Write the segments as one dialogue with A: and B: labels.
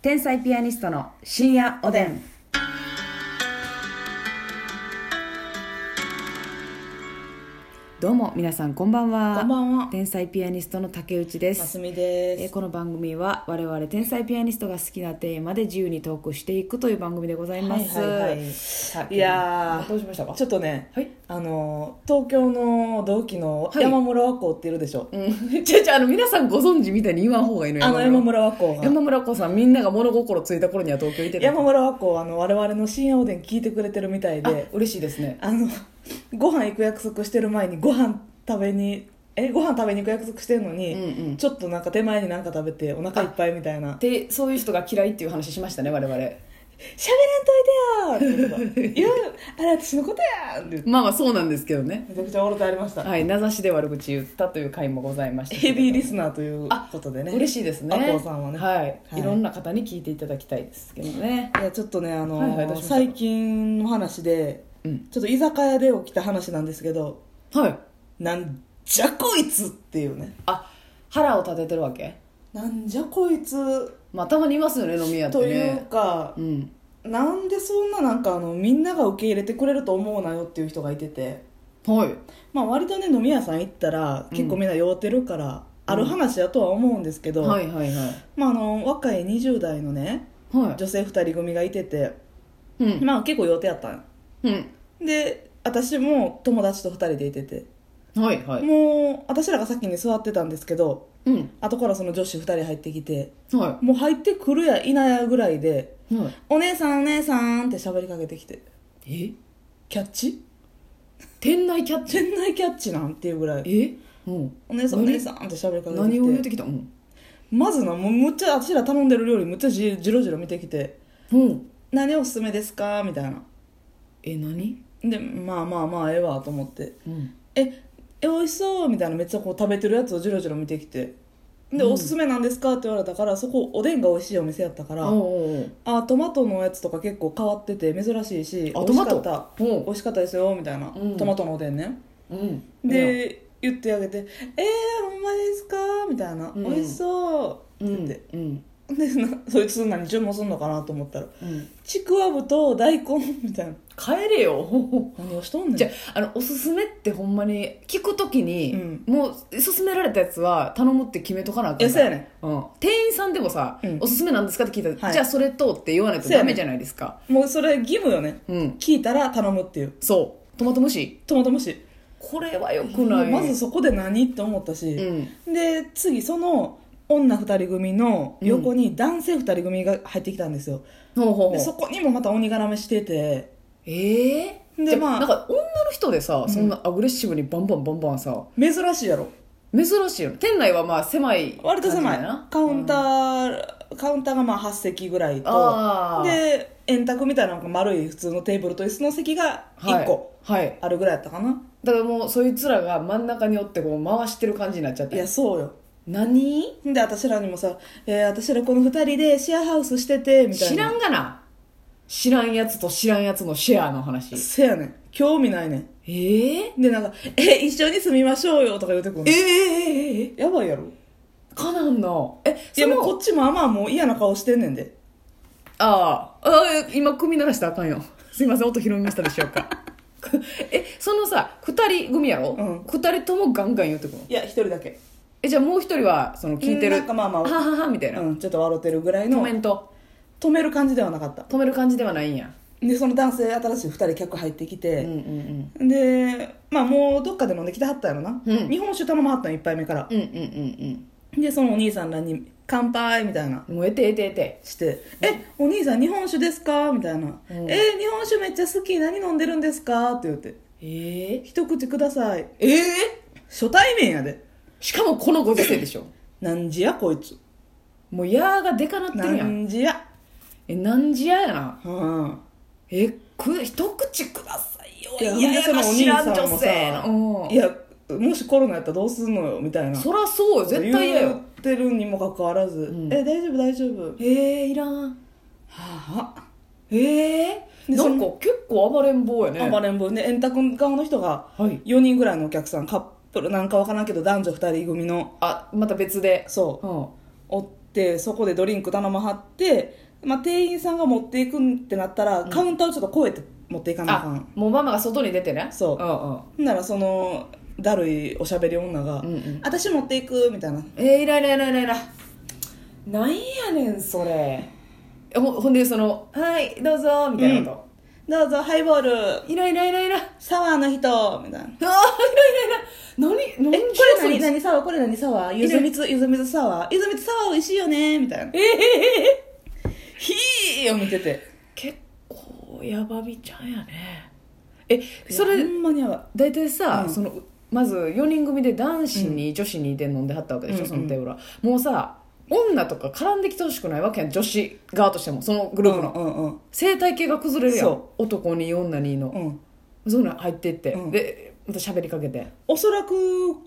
A: 天才ピアニストの深夜おでん。どうも皆さんこんばんは。
B: こんばんは
A: 天才ピアニストの竹内で
B: ます
A: す。
B: みで
A: えー
B: す。
A: この番組は我々天才ピアニストが好きなテーマで自由にトークしていくという番組でございます。
B: はいはいはい
A: さあ
B: いやー
A: どうしましたか。
B: ちょっとね、
A: はい。
B: あのー東京の同期の
A: はい
B: 山村和光っているでしょ。
A: うん、 ちょちょあの皆さんご存知みたいに言わん方がいいのよ
B: あの山村和光が。
A: 山村子さんみんなが物心ついた頃には東京いてる
B: 山村和光あの我々の深夜おでん聞いてくれてるみたい
A: あ
B: で、
A: 嬉しいですね
B: あのご飯行く約束してる前にご飯食べにえご飯食べに行く約束してるのに、
A: うんうん
B: ちょっとなんか手前になんか食べてお腹いっぱいみたいな
A: でそういう人が嫌いっていう話しましたね我々
B: 「しゃべらんといてよ!」って言ういやあれ私のことや!」って言って
A: まあまあそうなんですけどね
B: めちゃくちゃおろてありました、
A: はい名指しで悪口言ったという回もございましたけ
B: ヘ
A: れど
B: ビーリスナーということでね
A: 嬉しいですね
B: アコーさんはね
A: はい、
B: はい
A: い、ろんな方に聞いていただきたいですけどね
B: いやちょっとねあの、
A: はいはいどうしました
B: 最近の話で
A: うん
B: ちょっと居酒屋で起きた話なんですけど
A: はい
B: なんじゃこいつっていうね
A: あ腹を立ててるわけ
B: なんじゃこいつ
A: まあたまにいますよね飲み屋って
B: という
A: ね
B: か、
A: うん
B: なんでそんななんかあのみんなが受け入れてくれると思うなよっていう人がいてて
A: はい
B: まあ割とね飲み屋さん行ったら結構みんな酔ってるから、ある話だとは思うんですけど、
A: はいはいはい
B: まあ、あの若い20代のね
A: は
B: 女性2人組がいてて
A: いうん
B: まあ結構酔ってやったんよ
A: うん
B: で私も友達と2人でいてて
A: はいはい
B: もう私らが先に座ってたんですけど
A: うん
B: 後からその女子2人入ってきて
A: は
B: もう入ってくるやいないやぐらいで
A: いはい
B: 「お姉さんお姉さん」って喋りかけてきて
A: え
B: 「キャッチ
A: 店内キャッチ
B: 店内キャッチなん?」っていうぐらい
A: えうん
B: 「お姉さんお
A: 何
B: 姉さん」って喋りかけて
A: 何を言う
B: き
A: て
B: て
A: きたうん
B: まずなもうむっちゃ私ら頼んでる料理むっちゃじじろじろ見てきて
A: うん
B: 「何おすすめですか?」みたいな
A: え何
B: でまあまあまあええわと思って
A: うん
B: ええ美味しそうみたいなめっちゃこう食べてるやつをじろじろ見てきてで、
A: うん
B: おすすめなんですかって言われたからそこおでんが美味しいお店やったから
A: おうおう
B: あトマトのやつとか結構変わってて珍しいし
A: おうあト
B: 美味し
A: マ
B: か
A: ト
B: った
A: お
B: 美味しかったですよみたいな、
A: うん
B: トマトのおでんね
A: ううん
B: で言ってあげて「えー、ほんまですか?」みたいな「
A: うん
B: 美味しそう」
A: う
B: って言
A: ん
B: って、
A: うん
B: でなそいつ何注文すんのかなと思ったら
A: うん
B: 「ちくわぶと大根」みたいな
A: 帰れよ
B: 何をしとんねん
A: じゃああのおすすめってほんまに聞くときに、
B: うん
A: もう勧められたやつは頼むって決めとかなあかん
B: いやそうやねん
A: うん、店員さんでもさ、
B: うん
A: おすすめなんですか?」って聞いたら、
B: はい
A: じゃあそれと」って言わないと
B: そうや
A: ダ
B: ね
A: メじゃないですか
B: もうそれ義務よね
A: うん
B: 聞いたら頼むっていう
A: そうトマト蒸し
B: トマト蒸し
A: これはよくない
B: まずそこで何って思った
A: う
B: し、
A: ん
B: で次その女2人組の横に男性2人組が入ってきたんですよ、
A: ほうほうほ
B: で
A: う
B: そこにもまた鬼絡めしてて
A: ええ
B: で
A: じゃあ
B: まあ
A: なんか女の人でさそんなアグレッシブにバンバンバンバンさ
B: 珍しいやろ
A: 珍しいよね店内はまあ狭い
B: 割と狭い
A: 感じだな
B: カウンター、カウンターがまあ8席ぐらいと
A: あー
B: で円卓みたいなのが丸い普通のテーブルと椅子の席が1個
A: はい、はい、
B: あるぐらいやったかな、
A: だからもうそいつらが真ん中におってこう回してる感じになっちゃっ
B: い、
A: て
B: やそうよ
A: 何
B: で私らにもさ、えー私らこの2人でシェアハウスしててみたいな
A: 知らんがな知らんやつと知らんやつのシェアの話
B: せやねん興味ないねん
A: えー、
B: でなんか「え一緒に住みましょうよ」とか言うてくる
A: ええ
B: の
A: えええ
B: やばいやろ
A: カナンのえ
B: い
A: そ
B: やもうこ
A: の
B: っちもあまあもう嫌な顔してんねんで
A: あーあー今組鳴らしたらあかんよ すいません音拾いましたでしょうかえそのさ2人組やろ、
B: うん
A: 2人ともガンガン言ってくるの
B: いや一人だけ
A: えじゃあもう一人はその聞いてる
B: なんかまあまあ
A: はははみたいな、
B: うんちょっと笑ってるぐらい
A: コ
B: の
A: メント
B: 止める感じではなかった
A: 止める感じではないんや
B: でその男性新しい2人客入ってき
A: うんうん
B: て、
A: うん
B: でまあもうどっかで飲んできてはったやろな、
A: うん
B: 日本酒頼まはったん1杯目から
A: う、んうんうん
B: でそのお兄さんらに「乾杯」みたいな
A: うんもうえてえてえて
B: して「えお兄さん日本酒ですか?」みたいな「
A: うん
B: え日本酒めっちゃ好き何飲んでるんですか?」って言って
A: え
B: 「一口ください
A: えええ
B: 初対面やで
A: しかもこのご時世でし ょ
B: 何時やこいつ
A: もうやーがでかなってるやん
B: 何時や
A: え何時ややな
B: うん
A: えく一口くださいよ
B: いや
A: 嫌や
B: その
A: な
B: お
A: 知
B: 兄
A: ら
B: さ
A: ん
B: んもさ
A: 女性のうん
B: いやもしコロナやったらどうすんのよみたいな
A: そらそうよ絶対嫌
B: 言
A: よ
B: ってるにもかかわらず「
A: ん
B: え大丈夫大丈夫」
A: ええいらん
B: はあ
A: ええ
B: で
A: な
B: そ
A: んか
B: の
A: 結構暴れん坊やね
B: 暴れん坊ね円卓顔の人が
A: はい
B: 4人ぐらいのお客さんカップルなんかわからんけど男女2人組の
A: あまた別で
B: そう
A: うん
B: おっってそこでドリンク頼まはって、まあ、店員さんが持っていくんってなったら、カウンターをちょっと越えて持っていかなあか
A: あ
B: ん
A: もうママが外に出てね
B: そう
A: う
B: ほんならそのだるいおしゃべり女が「
A: んうんうん
B: 私持っていく」みたいな
A: えー、イライライライライラなんやねんそれほほんでその「はいどうぞ」みたいなこ
B: 「どうぞハイボール
A: と、イライライライ ラ
B: サワーの人」みたいな
A: ああ、イライライラ。何、
B: え
A: 何
B: これ何何サワーこれ何サワーゆずみつゆずみつサワーゆずみつサワー美味しいよねみたいな
A: ええ
B: ひーを見てて
A: 結構、ヤバみちゃんやね。え、それ
B: ほ、んまにやば
A: 大体さ、
B: うん
A: その、まず4人組で男子に女子にで飲んではったわけでしょ、
B: うん
A: そのテーブルは。もうさ、女とか絡んできてほしくないわけやん、女子側としても、そのグ
B: い
A: ループの。
B: うんうん
A: 生態系が崩れるやん
B: そ。
A: 男に女にの
B: う。ん、うん
A: そういうの入ってって、
B: うん
A: で、また喋りかけて。
B: おそらく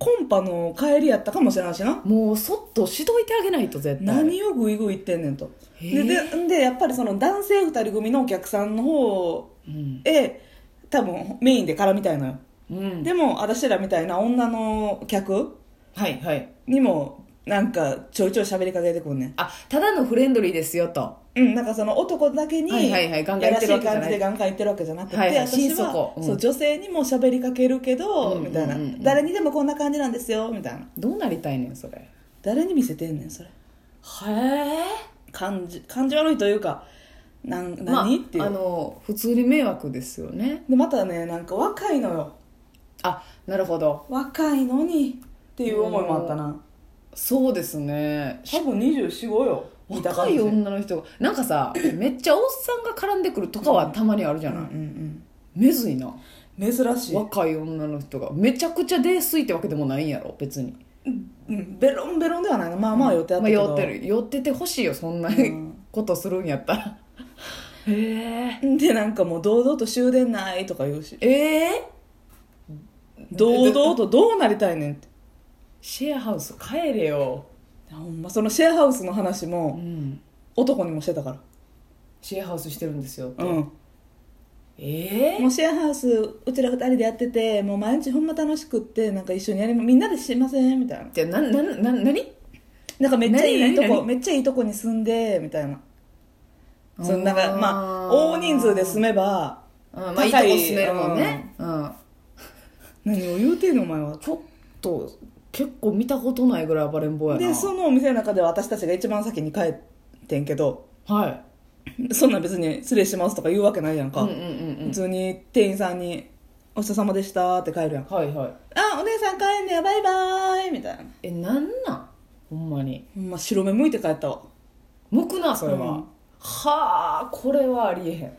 B: コンパの帰りやったかもしれないしな
A: もう、そっとしといてあげないと、絶対。
B: 何をグイグイ言ってんねんと
A: へ
B: で
A: え
B: ででやっぱりその男性2人組のお客さんの方
A: うん。
B: へ多分メインで絡みたいのよ、
A: うん。
B: でも私らみたいな女の客
A: はい、はい。
B: にもなんかちょいちょい喋りかけてくんねん
A: あ、ただのフレンドリーですよ、と。
B: うん、なんかその男だけに
A: はいはいはいガンガン言ってるわけじゃ
B: や
A: な
B: ら
A: い
B: しい感じでガンガン言ってるわけじゃなくて、
A: はいはい
B: 私
A: 心
B: は
A: 底、うん
B: そう女性にも喋りかけるけ
A: うんう
B: ど、
A: んうん
B: みたいな誰にでもこんな感じなんですよみたいな
A: どうなりたいねんそれへ
B: 誰に見せてんねんそれ
A: え
B: 感じ感じ悪いというかなん何、っていう
A: あの普通に迷惑ですよね
B: でまたねなんか若いのよ
A: あなるほど
B: 若いのにっていう思いもあったな
A: そうですね
B: 多分2 4 4 5よ見た
A: 若
B: 感じ
A: い女の人がなんか さめっちゃおっさんが絡んでくるとかはたまにあるじゃ
B: うん
A: ない、
B: うん
A: めずいな
B: うん珍しい、
A: 若い女の人がめちゃくちゃ泥酔ってわけでもないんやろ別に
B: うん、ベロンベロンではないのまあまあ寄ってあったけど、
A: まあ、酔ってる酔っててほしいよそんな
B: うん
A: ことするんやったらへえ
B: でなんかもう堂々と終電ないとか言うし
A: ええ
B: 堂々とどうなりたいねんって
A: シェアハウス帰れよ、
B: ほんまそのシェアハウスの話
A: う
B: も
A: ん、
B: 男にもしてたか
A: シェアハウスしてるんですよって、
B: らうん
A: え
B: もうシェアハウスうちら二人でやっててもう毎日ほんま楽しくってなんか一緒にやりまみんなでしませんみたいな
A: じゃあななな何
B: なんかめっちゃいいと
A: 何何
B: こ
A: 何
B: めっちゃいいとこに住んでみたいなそのなん
A: あ
B: か
A: ー
B: まあ大人数で住めば
A: うんまあ
B: 高
A: い
B: い
A: いとこ住めるもんね、うん、
B: 何を言うてんのお前は
A: ちょっと結構見たことないぐらい暴れん坊やな
B: でそのお店の中では私たちが一番先に帰ってんけど
A: はい
B: そんな別に失礼しますとか言うわけないやんか、
A: うんうんうん
B: 普通に店員さんに「お疲れ様でした」って帰るやん
A: うんはいはい
B: あお姉さん帰んねやバイバーイみたいな
A: えなんなんほんまに
B: ほんま白目向いて帰ったわ
A: 向くなそれは、
B: うん
A: はあこれはありえ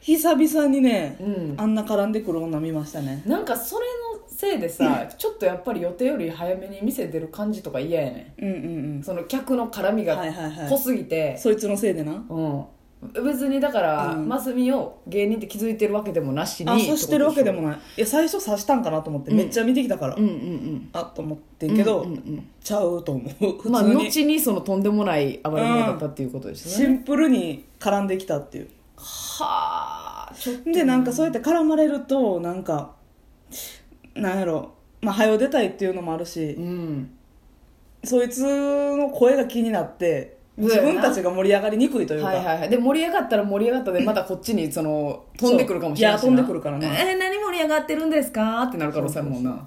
B: 久々にね、
A: へんうん
B: あんな絡んでくる女見ましたね
A: なんかそれのせいでさ、ちょっとやっぱり予定より早めに店出る感じとか嫌やね
B: うんうん
A: んその客の絡み
B: うんはい
A: が
B: はいは
A: 濃
B: い
A: すぎて、
B: そいつのせいでな
A: うん、別にだから、
B: うん
A: マスミを芸人って気づいてるわけでもなしに
B: あそうしてるわけで
A: い
B: もないいや最初刺したんかなと思って、
A: うん
B: めっちゃ見てきたから、
A: うんうん
B: あっと思って
A: うん
B: んけど、
A: うんうん
B: ちゃうと思う普通
A: うん
B: に、
A: まあ後にそのとんでもない暴れ者だったっていうことです
B: シ
A: よね、
B: ンプルに絡んできたっていう
A: はあちょっと
B: でなんかそうやって絡まれるとなんかなんやろまあ早う出たいっていうのもあるし、
A: うん
B: そいつの声が気になって
A: そうや
B: 自
A: な
B: 分たちが盛り上がりにくいというか、
A: はいはいはいで盛り上がったら盛り上が ったでまたこっちにその飛んでくるかもしれないし
B: そういや飛んでくるからな
A: えー、何盛り上がってるんですかってなる可能性あるもんな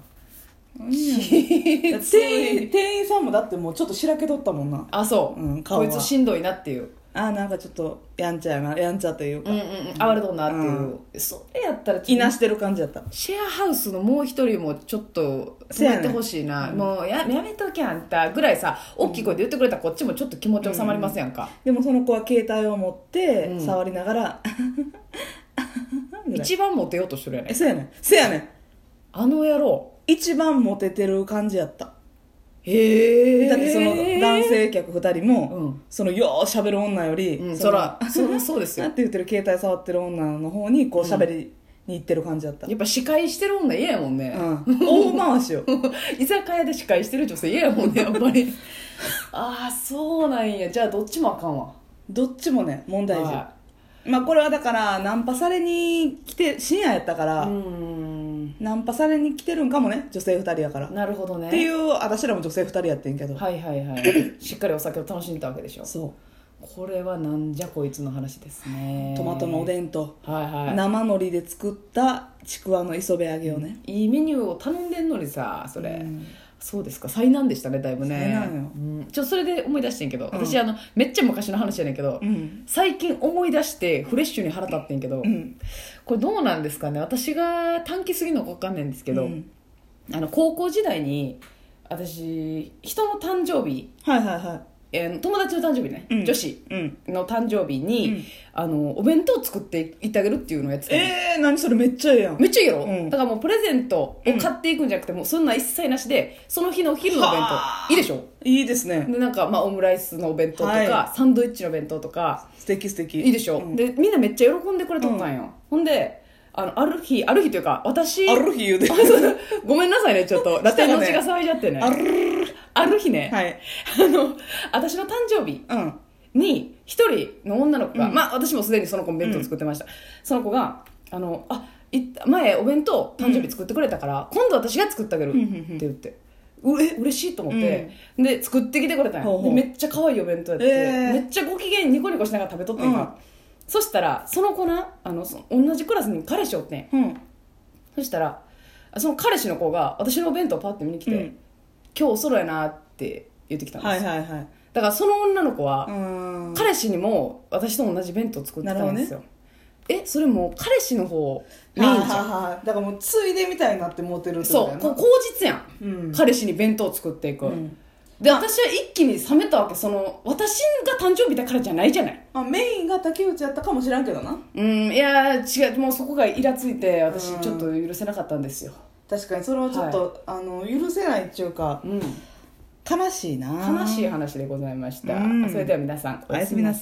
B: だって店員店員さんもだってもうちょっとしらけとったもんな
A: あそう、
B: うん顔
A: こ
B: はい
A: つしんどいなっていう
B: あーなんかちょっとやんちゃやなやんちゃという
A: う
B: か、
A: んうんうん暴れとんなっていう、それやったらちょっと
B: いなしてる感じやった
A: シェアハウスのもう一人もちょっと止めてほしいな、もうややめときゃあんたぐらいさ大きい声で言ってくれたらこっちもちょっと気持ち収まりますやんか、
B: でもその子は携帯を持って、
A: うん
B: 触りながら ぐらい
A: 一番モテようとしてるやね
B: えそうやねんそうやねん
A: あの野郎
B: 一番モテてる感じやった
A: へえ
B: だってその男性客2人も、
A: うん
B: そのようしゃべる女より、
A: うん
B: そ
A: そ
B: の
A: らそらそうです
B: な
A: よ
B: んて言ってる携帯触ってる女の方にこうしゃべりに行ってる感じやった、うん
A: やっぱ司会してる女嫌やもんね、
B: 大回しよ
A: 居酒屋で司会してる女性嫌やもんねやっぱり ああそうなんやじゃあどっちもあかんわ
B: どっちもね問題児、
A: は
B: まあこれはだからナンパされに来て深夜やったから、
A: いうん
B: ナンパされに来てるんかもね女性2人やから、っ
A: なるほどね
B: ていう私らも女性2人やってんけど、
A: はいはい はいしっかりお酒を楽しんでたわけでしょ
B: そ
A: これはなんじゃこいつの話ですね
B: うトマトのお
A: ん
B: でんと
A: はいはい
B: 生海苔で作ったちくわの磯辺揚げをね、
A: いいメニューを頼んでんのにさそれ、
B: うん
A: そうですか災難でしたねだいぶね
B: 災難よ
A: うん、ちょそれで思い出してんけど、
B: うん
A: 私あのめっちゃ昔の話やねんけど、
B: うん
A: 最近思い出してフレッシュに腹立ってんけど、
B: うん
A: これどうなんですかね私が短期すぎるのか分かんないんですけど、
B: うん
A: あの高校時代に私人の誕生日、
B: はいはいは
A: えー友達の誕生日ね、
B: うん
A: 女子
B: い、うん、
A: の誕生日に、
B: うん
A: あのお弁当作っていってあげるっていうのをやってたの
B: えー、何それめっちゃええやん
A: めっちゃいいやろ、
B: うん
A: だからもうプレゼントを買っていくんじゃなくて、もうそんな一切なしでその日のお昼のお弁
B: はあ
A: 当いいでしょ
B: いいですね
A: でなんかまあオムライスのお弁当とか、
B: は
A: サンドイッチの弁当とか
B: 素敵素敵
A: いいでしょ、
B: うん
A: でみんなめっちゃ喜んでくれとったんよ、ほんであのある日ある日というか私
B: アルフィー言うで
A: ごめんなさいねちょっとラテンの血が騒いじゃってね
B: あ
A: あ
B: る
A: る日ね、
B: はい
A: あの私の誕生日
B: うん
A: に一人の女の子が、
B: うん
A: まあ私もすでにその子の弁当作ってました、その子があのあい前お弁当誕生日作ってくれたから、今度私が作ってあげるっ
B: うんうん
A: て
B: うん
A: 言って、うえ嬉しいと思って、で作ってきてくれたんや
B: ほうほう
A: でめっちゃ可愛いお弁当やって、
B: えー
A: めっちゃご機嫌にニコニコしながら食べとってんから、
B: うん
A: そしたらその子なあのそ同じクラスに彼氏おってん
B: うん
A: そしたらその彼氏の子が私のお弁当パッて見に来て、
B: うん
A: 今日おそろやなって言ってきたんです、
B: はいはいはい
A: だからその女の子は
B: う、ーん
A: 彼氏にも私と同じ弁当作ってたんですよ、えそれもう彼氏の方メインじゃ
B: はあ
A: ん
B: はあはあだからもうついでみたいになってモテるってこと
A: そう
B: やな
A: こう口実やん、
B: うん
A: 彼氏に弁当作っていく、
B: うん
A: で私は一気に冷めたわけその私が誕生日だからじゃないじゃない
B: まあ、メインが竹内やったかもしらんけどな
A: うんいやー違うもうそこがイラついて私
B: うん
A: ちょっと許せなかったんですよ
B: 確かにそれはちょっと、あの許せないっていうか
A: うん
B: 悲しいな
A: 悲しい話でございました、
B: うん
A: それでは皆さん
B: おやすみなさい